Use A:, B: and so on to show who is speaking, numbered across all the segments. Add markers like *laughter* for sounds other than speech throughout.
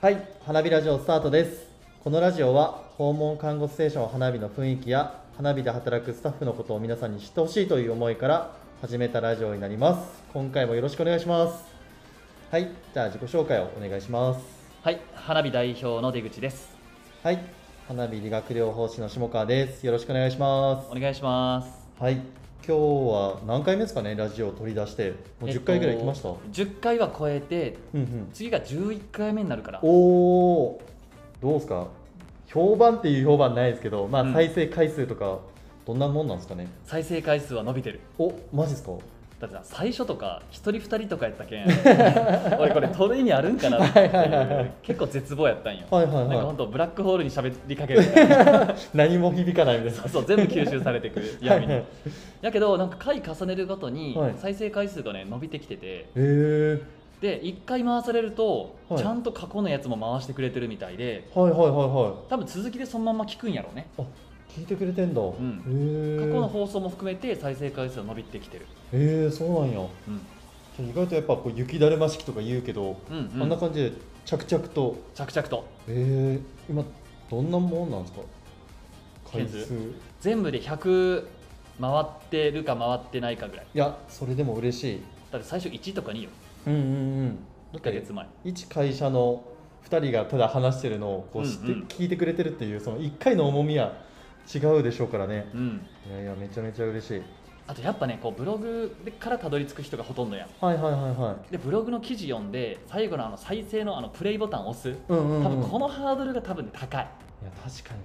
A: はい、花火ラジオスタートです。このラジオは訪問看護ステーション花火の雰囲気や花火で働くスタッフのことを皆さんに知ってほしいという思いから始めたラジオになります。今回もよろしくお願いします。はい、じゃあ自己紹介をお願いします。
B: はい、花火代表の出口です。
A: はい、花火理学療法士の下川です。よろしくお願いします
B: お。願いします。
A: はい、今日は何回目ですかね、ラジオを取り出して、もう10回ぐらい行きました。
B: 十、10回は超えて、
A: うんうん。
B: 次が11回目になるから。
A: おおどうですか評判っていう評判ないですけど、ま
B: う
A: あ、
B: ん
A: 再生回数とかどんなもんなんですかね、
B: 再生回数は伸びてる。
A: おマジですかは
B: だってさ、最初とか一人二人とかやっ
A: *laughs*
B: たけん。俺これ取る意味あるんかなって。
A: はいはいはいいう
B: 結構絶望やったんよ。
A: いはい
B: なんか
A: は
B: 本当ブラックホールに喋りかけるみた
A: *laughs*
B: いな
A: い何も響かないみたい
B: そう全部吸収されてくる
A: なはい
B: 闇
A: は
B: に
A: い
B: やけどなんか回重ねるごとに
A: はい
B: 再生回数がね伸びてきてて
A: えー、
B: で1回回されると
A: はい
B: ちゃんと過去のやつも回してくれてるみたいで
A: はいはいはいは
B: 多分続きでそのまんま聞くんやろうね
A: い聞いてくれてんだ、うんえ
B: 過
A: ー、
B: 去の放送も含めて再生回数が伸びてきてる、
A: えー、そうなんや
B: うん
A: 意外とやっぱこう雪だるま式とか言うけど、
B: うん
A: あんな感じで着々と
B: 着々と
A: えー、今どんなもんなんですか回
B: 件
A: 数
B: 数全部で100回ってるか回ってないかぐらい
A: いやそれでも嬉しい
B: だって最初1とか2よ
A: うんうんうん
B: 1ヶ月前、
A: 一会社の2人がただ話してるのをこう知って、
B: うんうん
A: 聞いてくれてるっていうその1回の重みは違うでしょうからね
B: うん
A: いやいやめちゃめちゃ嬉しい
B: あとやっぱねこうブログからたどり着く人がほとんどやん
A: はいはいはいは
B: でブログの記事読んで最後のあの再生のあのプレイボタンを押す
A: いうんうん、
B: 多
A: うん、
B: 分こ
A: い
B: のハードルが多分ね高い
A: や確かに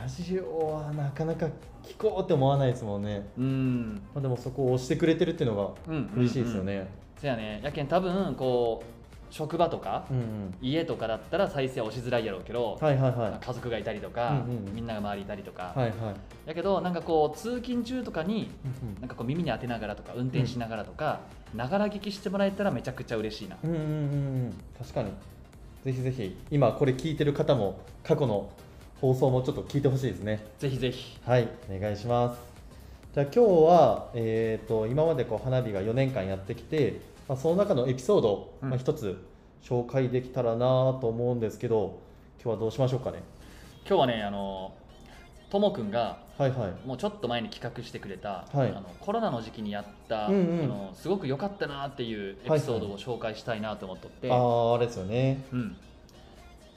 A: ラジオはなかなか聞こうって思わないですもんね、
B: うん
A: まあ、でもそこを押してくれてるっていうの
B: うんうん
A: が嬉しいですよ
B: うん
A: ね
B: そやねやけん多分こう職場とか
A: うんうん
B: 家とかだったら再生は押しづらいやろうけど、
A: はいはいはいは
B: 家族がいたりとか、
A: うんうん
B: みんなが周りいたりとか、
A: いはい
B: やけどなんかこう通勤中とかに
A: うん
B: なんかこう耳に当てながらとか運転しながらとかながら聞きしてもらえたらめちゃくちゃ嬉しいな、
A: うんうんうんうん確かにぜひぜひ今これ聞いてる方も過去の放送もちょっと聞いてほしいですね
B: ぜひぜひ
A: はい、お願いします。じゃあ今日は、えー、と今までこう花火が4年間やってきて、まあ、その中のエピソードを、
B: うん
A: まあ、一つ紹介できたらなと思うんですけど今日はどうしましょうかね
B: 今日はねあのともくんが
A: はいはい
B: もうちょっと前に企画してくれた、
A: はい
B: あのコロナの時期にやった、
A: うんうん
B: あのすごく良かったなっていうエピソードを紹介したいなと思っとって、
A: あああれですよね
B: うん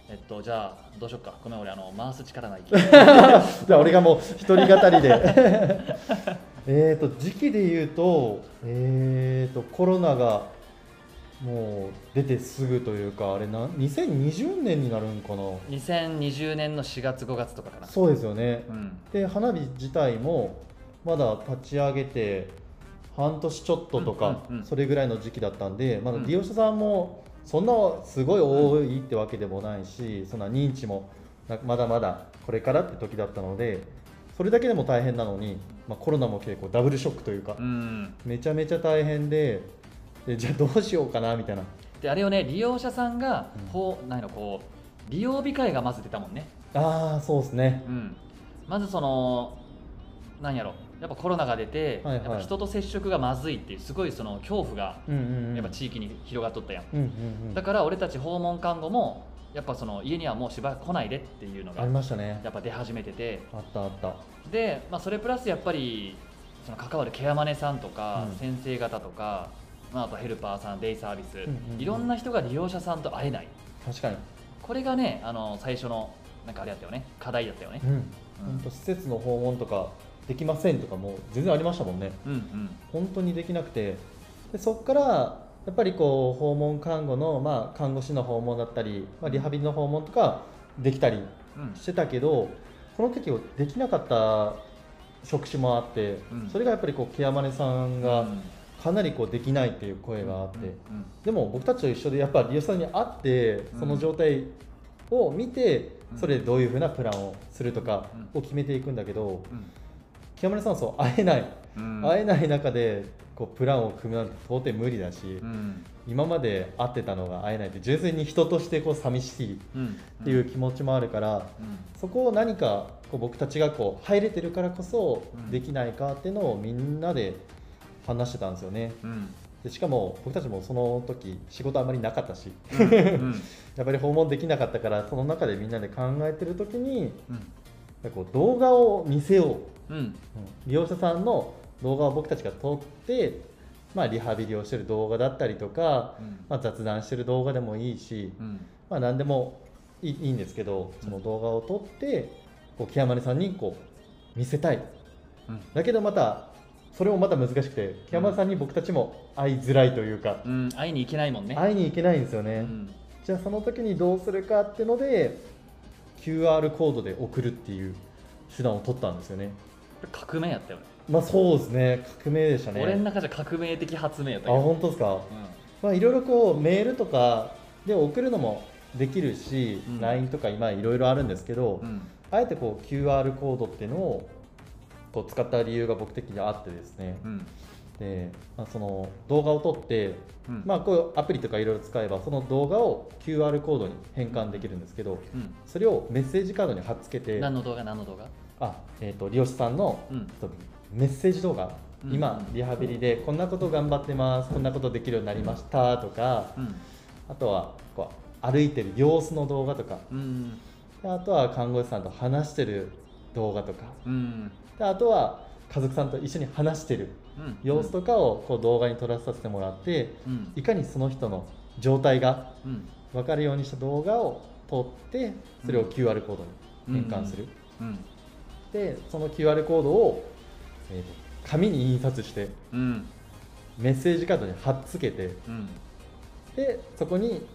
B: えっとじゃあどうしよっかごめん俺あの回す力ない
A: *laughs* じゃあ俺がもう一人語りでえーと時期で言うとえーとコロナがもう出てすぐというかあれな2020年になるんかな
B: 2020年の4月5月とかかな
A: そうですよね
B: うん
A: で花火自体もまだ立ち上げて半年ちょっととか、
B: うんうんうん
A: それぐらいの時期だったんでまだ
B: うん
A: 利用者さんもそんなすごい多いってわけでもないし、そんな認知もなまだまだこれからって時だったのでそれだけでも大変なのに、まあ、コロナも結構ダブルショックというか、
B: うん
A: めちゃめちゃ大変ででじゃあどうしようかなみたいな
B: であれをね利用者さんが、
A: うん
B: ほうないのこう利用控えがまず出たもんね、
A: ああそうですね
B: うん、まずそのなんやろやっぱコロナが出て、
A: はいはい
B: やっぱ人と接触がまずいっていうすごいその恐怖が
A: うんうんうん
B: やっぱ地域に広がっとったやん、
A: うんうんうん
B: だから俺たち訪問看護もやっぱその家にはもうしばらく来ないでっていうのが
A: ありましたね
B: やっぱ出始めてて
A: あったあった
B: で、まあ、それプラスやっぱりその関わるケアマネさんとか、
A: うん
B: 先生方とか、まあ、あとヘルパーさんデイサービス、
A: んうんうん
B: いろんな人が利用者さんと会えない
A: 確かに
B: これがねあの最初のなんかあれやったよね課題だったよね
A: う、ん
B: うん、
A: 本当施設の訪問とかできませんとかも全然ありましたもんね
B: うんうん
A: 本当にできなくてでそこからやっぱりこう訪問看護の、まあ、看護師の訪問だったり、まあ、リハビリの訪問とかできたり
B: うん
A: してたけどこの時をできなかった職種もあって、
B: うん
A: それがやっぱりこうケアマネさん
B: う
A: が
B: ん
A: かなりこうできないっていう声があって、
B: うんうん
A: でも僕たちと一緒でやっぱ利用者さんに会って
B: うん
A: その状態を見て
B: うん
A: それでどういうふうなプランをするとか
B: う
A: を決めていくんだけど
B: うん
A: 清村さんはそう会えない
B: うん
A: 会えない中でこうプランを組むなんて到底無理だし
B: うん
A: 今まで会ってたのが会えないって純粋に人としてこう寂しいっ
B: うん
A: ていう気持ちもあるから
B: うん
A: そこを何かこう僕たちがこう入れてるからこそ
B: うん
A: できないかっていうのをみんなで話してたんですよね。
B: うん
A: でしかも僕たちもその時仕事あまりなかったし
B: うんうん
A: やっぱり訪問できなかったからその中でみんなで考えてる時に
B: うん
A: なんかこう動画を見せよう、
B: うん
A: 利用者さんの動画を僕たちが撮って、まあ、リハビリをしてる動画だったりとか、まあ、雑談してる動画でもいいし、
B: うん
A: まあ、何でもいいいいんですけどその動画を撮ってこう木山さんにこう見せたい
B: うん
A: だけどまたそれもまた難しくて木山さんに僕たちも会いづらいというか、
B: うん会いに行けないもんね
A: 会いに行けないんですよね、
B: うん
A: じゃあその時にどうするかってので QR コードで送るっていう手段を取ったんですよね
B: これ革命やったよね
A: まあそうですね革命でしたね
B: 俺の中じゃ革命的発明やっ
A: あ
B: たけど
A: 本当ですか
B: うん
A: まあいろいろこうメールとかで送るのもできるし、
B: うん
A: LINE とか今いろいろあるんですけど、
B: うん
A: あえてこう QR コードっていうのをこう使った理由が僕的にあってですね、
B: うん
A: で、まあ、その動画を撮って、
B: うん
A: まあ、こうアプリとかいろいろ使えばその動画を QR コードに変換できるんですけど
B: うん
A: それをメッセージカードに貼っつけて
B: 何の動画何の動画
A: あ、えー、と利用者さんの
B: うん
A: ちょっとメッセージ動画、
B: うん
A: 今リハビリでこんなこと頑張ってますこんなことできるようになりましたとか
B: うん
A: あとはこう歩いてる様子の動画とか
B: うん
A: であとは看護師さんと話してる動画とか
B: うん
A: であとは家族さんと一緒に話してる
B: うん
A: 様子とかをこう動画に撮らさせてもらって
B: うん
A: いかにその人の状態が
B: うん
A: 分かるようにした動画を撮ってそれを QR コードに変換する、
B: うん
A: でその QR コードを、えーと紙に印刷して
B: うん
A: メッセージカードに貼っつけて
B: うん
A: でそこに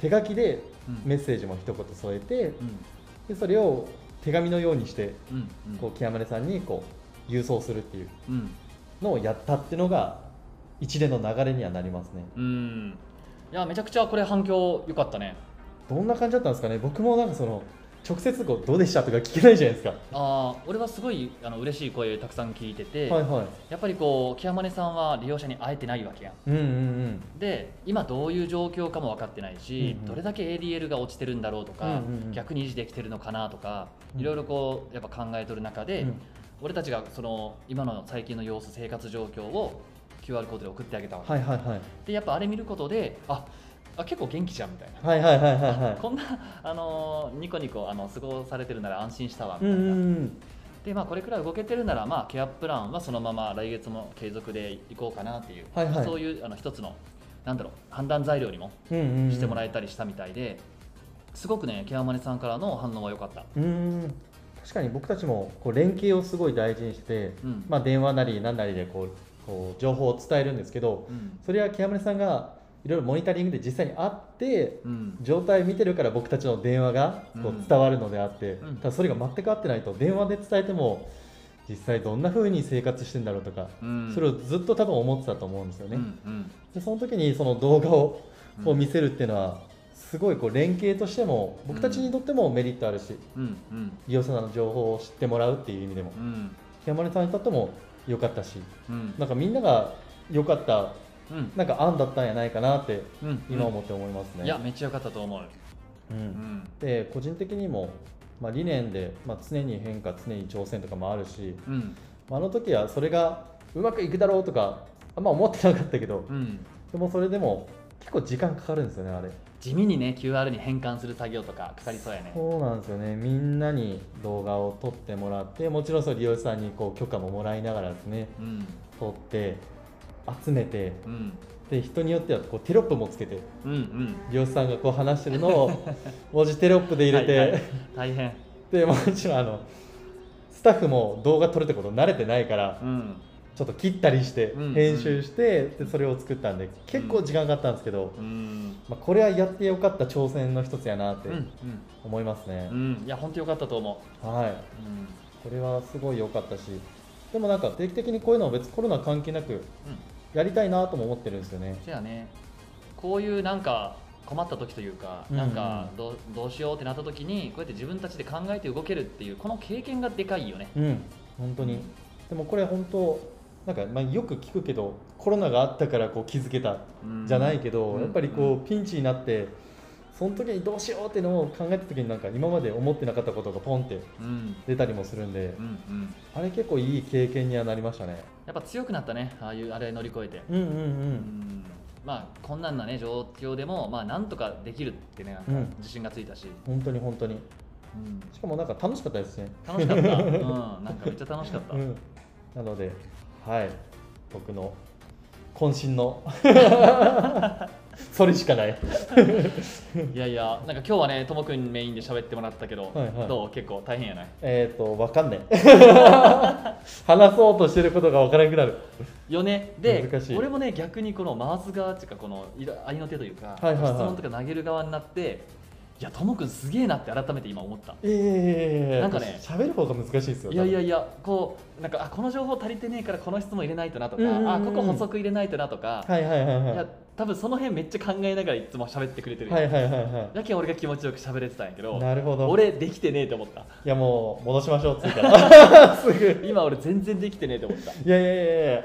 A: 手書きで
B: うん
A: メッセージも一言添えて、
B: うん
A: でそれを手紙のようにして
B: うんうん
A: こう木山根さんにこう郵送するっていう
B: うん
A: のをやったっていうのが一連の流れにはなりますね
B: うんいやめちゃくちゃこれ反響良かったね
A: どんな感じだったんですかね僕もなんかその直接こうどうでしたとか聞けないじゃないですかは
B: ああ俺はすごいあの嬉しい声たくさん聞いてて、
A: いは
B: やっぱりこうケアマネさんは利用者に会えてないわけやん
A: いうんうんうん
B: で今どういう状況かも分かってないし、
A: うんうん
B: どれだけ ADL が落ちてるんだろうとか、
A: うんうんうん
B: 逆に維持できてるのかなとか、
A: うん
B: いろいろこうやっぱ考えとる中で、
A: うん
B: 俺たちがその今の最近の様子生活状況を QR コードで送ってあげたわけ、
A: はいはいはい
B: でやっぱあれ見ることでああ結構元気じゃんみたいな、
A: はいはいはいはいは
B: こんな、あのーニコニコあの過ごされてるなら安心したわ
A: い
B: み
A: う
B: た
A: ん
B: いな、
A: うん
B: でまあ、これくらい動けてるなら、まあ、ケアプランはそのまま来月も継続でいこうかなっていう、
A: はいはい
B: そういうあの一つのなんだろう判断材料にも
A: うんうんうん
B: してもら
A: え
B: えたりしたみたいで、すごくねケアマネさんからの反応は良かった、
A: うん確かに僕たちもこう連携をすごい大事にしてて、
B: うん
A: まあ、電話なり何なりでこうこう情報を伝えるんですけど
B: うん
A: それは木山根さんがいろいろモニタリングで実際に会って
B: うん
A: 状態見てるから僕たちの電話がこ
B: うん
A: う伝わるのであって、
B: うん
A: ただそれが全く合ってないと電話で伝えても実際どんな風に生活してんだろうとか、
B: うん
A: それをずっと多分思ってたと思うんですよね、
B: うんうん
A: でその時にその動画をこ
B: う
A: うん見せるっていうのはすごいこう連携としても僕たちにとってもメリットあるし
B: うんうん
A: 利用者さんの情報を知ってもらうっていう意味でも
B: うん
A: 山根さんにとっても良かったし
B: うん
A: なんかみんなが良かった
B: うん
A: なんか案だったんやないかなって
B: うん
A: 今思って思いますね。
B: いやめっちゃ良かったと思う、
A: う
B: うんん
A: で個人的にも、まあ、理念で、まあ、常に変化常に挑戦とかもあるし、
B: うん
A: まあ、あの時はそれがうまくいくだろうとかあんま思ってなかったけど
B: うん、
A: でもそれでも結構時間かかるんですよねあれ
B: 地味にね QR に変換する作業とかかかりそうやね
A: そうなんですよねみんなに動画を撮ってもらってもちろんその利用者さんにこう許可ももらいながらですね
B: うん
A: 撮って集めて
B: うん
A: で人によってはこうテロップもつけて
B: うんうん
A: 利用者さんがこう話してるの
B: *laughs*
A: を文字テロップで入れて、
B: はいはい大変
A: でもちろんあのスタッフも動画撮るってこと慣れてないから、
B: うん
A: ちょっと切ったりして
B: うん
A: 編集して、でそれを作ったんで結構時間がかかったんですけど、
B: うん
A: まあ、これはやってよかった挑戦の一つやなって
B: うん
A: 思いますね
B: う、んうんいや本当良かったと思
A: はい、
B: ううん
A: これはすごい良かったしでもなんか定期的にこういうのは別にコロナ関係なく
B: うん
A: やりたいなとも思ってるんですよね
B: そやねこういうなんか困った時というか、
A: うん
B: なんかどうどうしようってなった時にこうやって自分たちで考えて動けるっていうこの経験がでかいよね
A: うん本当にでもこれ本当なんかまあよく聞くけどコロナがあったからこう気づけたじゃないけど、
B: うん
A: やっぱりこうピンチになってその時にどうしようっていうのを考えた時になんか今まで思ってなかったことがポンって
B: うん
A: 出たりもするんで、
B: うんうん
A: あれ結構いい経験にはなりましたね
B: やっぱ強くなったねああいうあれ乗り越えて
A: うんうん
B: うんまあこんなんなね状況でもまあなんとかできるってねなんか
A: うん
B: 自信がついたし、
A: 本当に本当に
B: うん
A: しかもなんか楽しかったですね
B: 楽し
A: *laughs*
B: かった、うん、なんかめっちゃ楽しかった、
A: うん、なのではい僕の渾身 *laughs* のそれしかない
B: いやいやなんか今日はねともくんメインで喋ってもらったけど、
A: はいはい
B: どう結構大変やない
A: え *laughs* っ、とわかんない話そうとしてることがわからなくなる
B: よねで
A: 難しい
B: 俺もね逆にこの回す側っていうかこのいら愛の手というか、
A: はいはいはい
B: 質問とか投げる側になっていやともくんすげえなって改めて今思った
A: ええ
B: なんかね
A: 喋る方が難しいですよ
B: いやいや
A: 多
B: いやこうなんかあこの情報足りてねえからこの質問入れないとなとか、
A: うんうんうん
B: あここ補足入れないとなとか、
A: 分はいはいはいはい
B: いや多分その辺めっちゃ考えながらいつも喋ってくれてるよ、
A: はいはいはいは
B: だけど俺が気持ちよく喋れてたんやけど
A: いなるほど
B: 俺できてねえと思った
A: いやもう戻しましょうついから
B: *laughs*
A: すぐ
B: 今俺全然できてねえと思った
A: いやいやいやいや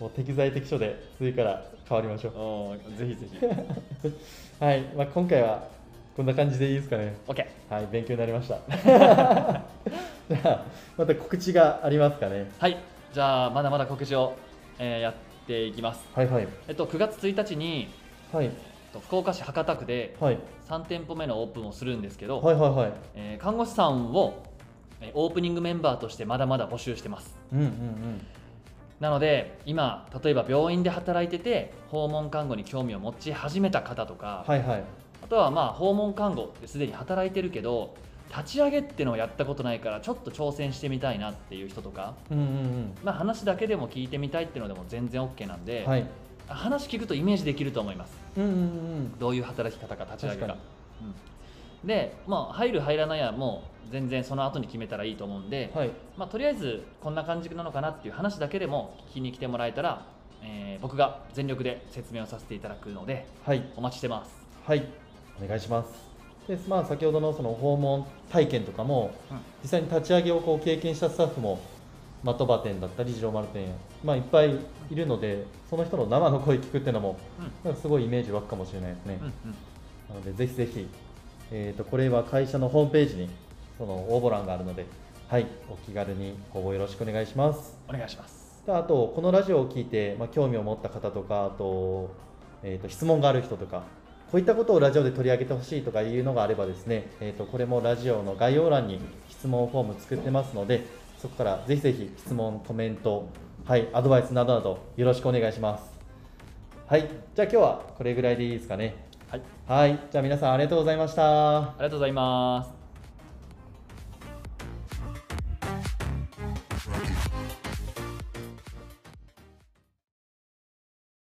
A: もう適材適所で次から変わりましょ
B: うんぜひぜひ
A: うはい、まあ、今回はこんな感じでいいですかね
B: OK
A: はい、勉強になりま
B: *laughs*
A: した。じゃあ、また告知がありますかね。
B: はいじゃあまだまだ告知を、えーやっていきます
A: はいはい。
B: えっと9月1日に
A: はい。
B: えっと福岡市博多区で
A: はい。
B: 3店舗目のオープンをするんですけど、
A: はいはいはい。
B: えー看護師さんをえーオープニングメンバーとしてまだまだ募集してます
A: うんうんうん。
B: なので今例えば病院で働いてて訪問看護に興味を持ち始めた方とか、
A: はいはい。
B: あとはまあ訪問看護ってすでに働いてるけど立ち上げってのをやったことないからちょっと挑戦してみたいなっていう人とか、
A: うんうん
B: まあ、話だけでも聞いてみたいってのでも全然 OK な
A: う
B: ん
A: ん。
B: で、
A: はい。
B: 話聞くとイメージできると思います
A: うんうんうん。
B: どういう働き方か立ち上げ
A: 確か
B: か
A: に。
B: うんで、まあ、入る入らないはもう全然その後に決めたらいいと思うんで、
A: はい。
B: まあ、とりあえずこんな感じなのかなっていう話だけでも聞きに来てもらえたら、えー僕が全力で説明をさせていただくので
A: はい。
B: お待ちしてます。
A: はい。お願いします。で、まあ、先ほどのその訪問体験とかも、
B: うん
A: 実際に立ち上げをこう経験したスタッフも。的場店だったり、城丸店、まあ、いっぱいいるので、その人の生の声聞くっていうのも、なんかすごいイメージ湧くかもしれないですね。
B: うんうん
A: なのでぜひぜひ、えー、とこれは会社のホームページにその応募欄があるので、はい、お気軽に応募よろしくお願いします。
B: お願いします。
A: であと、このラジオを聞いて、まあ、興味を持った方とか、あと,、えー、と質問がある人とか、こういったことをラジオで取り上げてほしいとかいうのがあればですね、えー、とこれもラジオの概要欄に質問フォーム作ってますので、そこからぜひぜひ質問、コメント、はい、アドバイスなどなどよろしくお願いします。はい、じゃあ今日はこれぐらいでいいですかね。
B: はい、
A: はい、じゃあ皆さんありがとうございました。
B: ありがとうございます。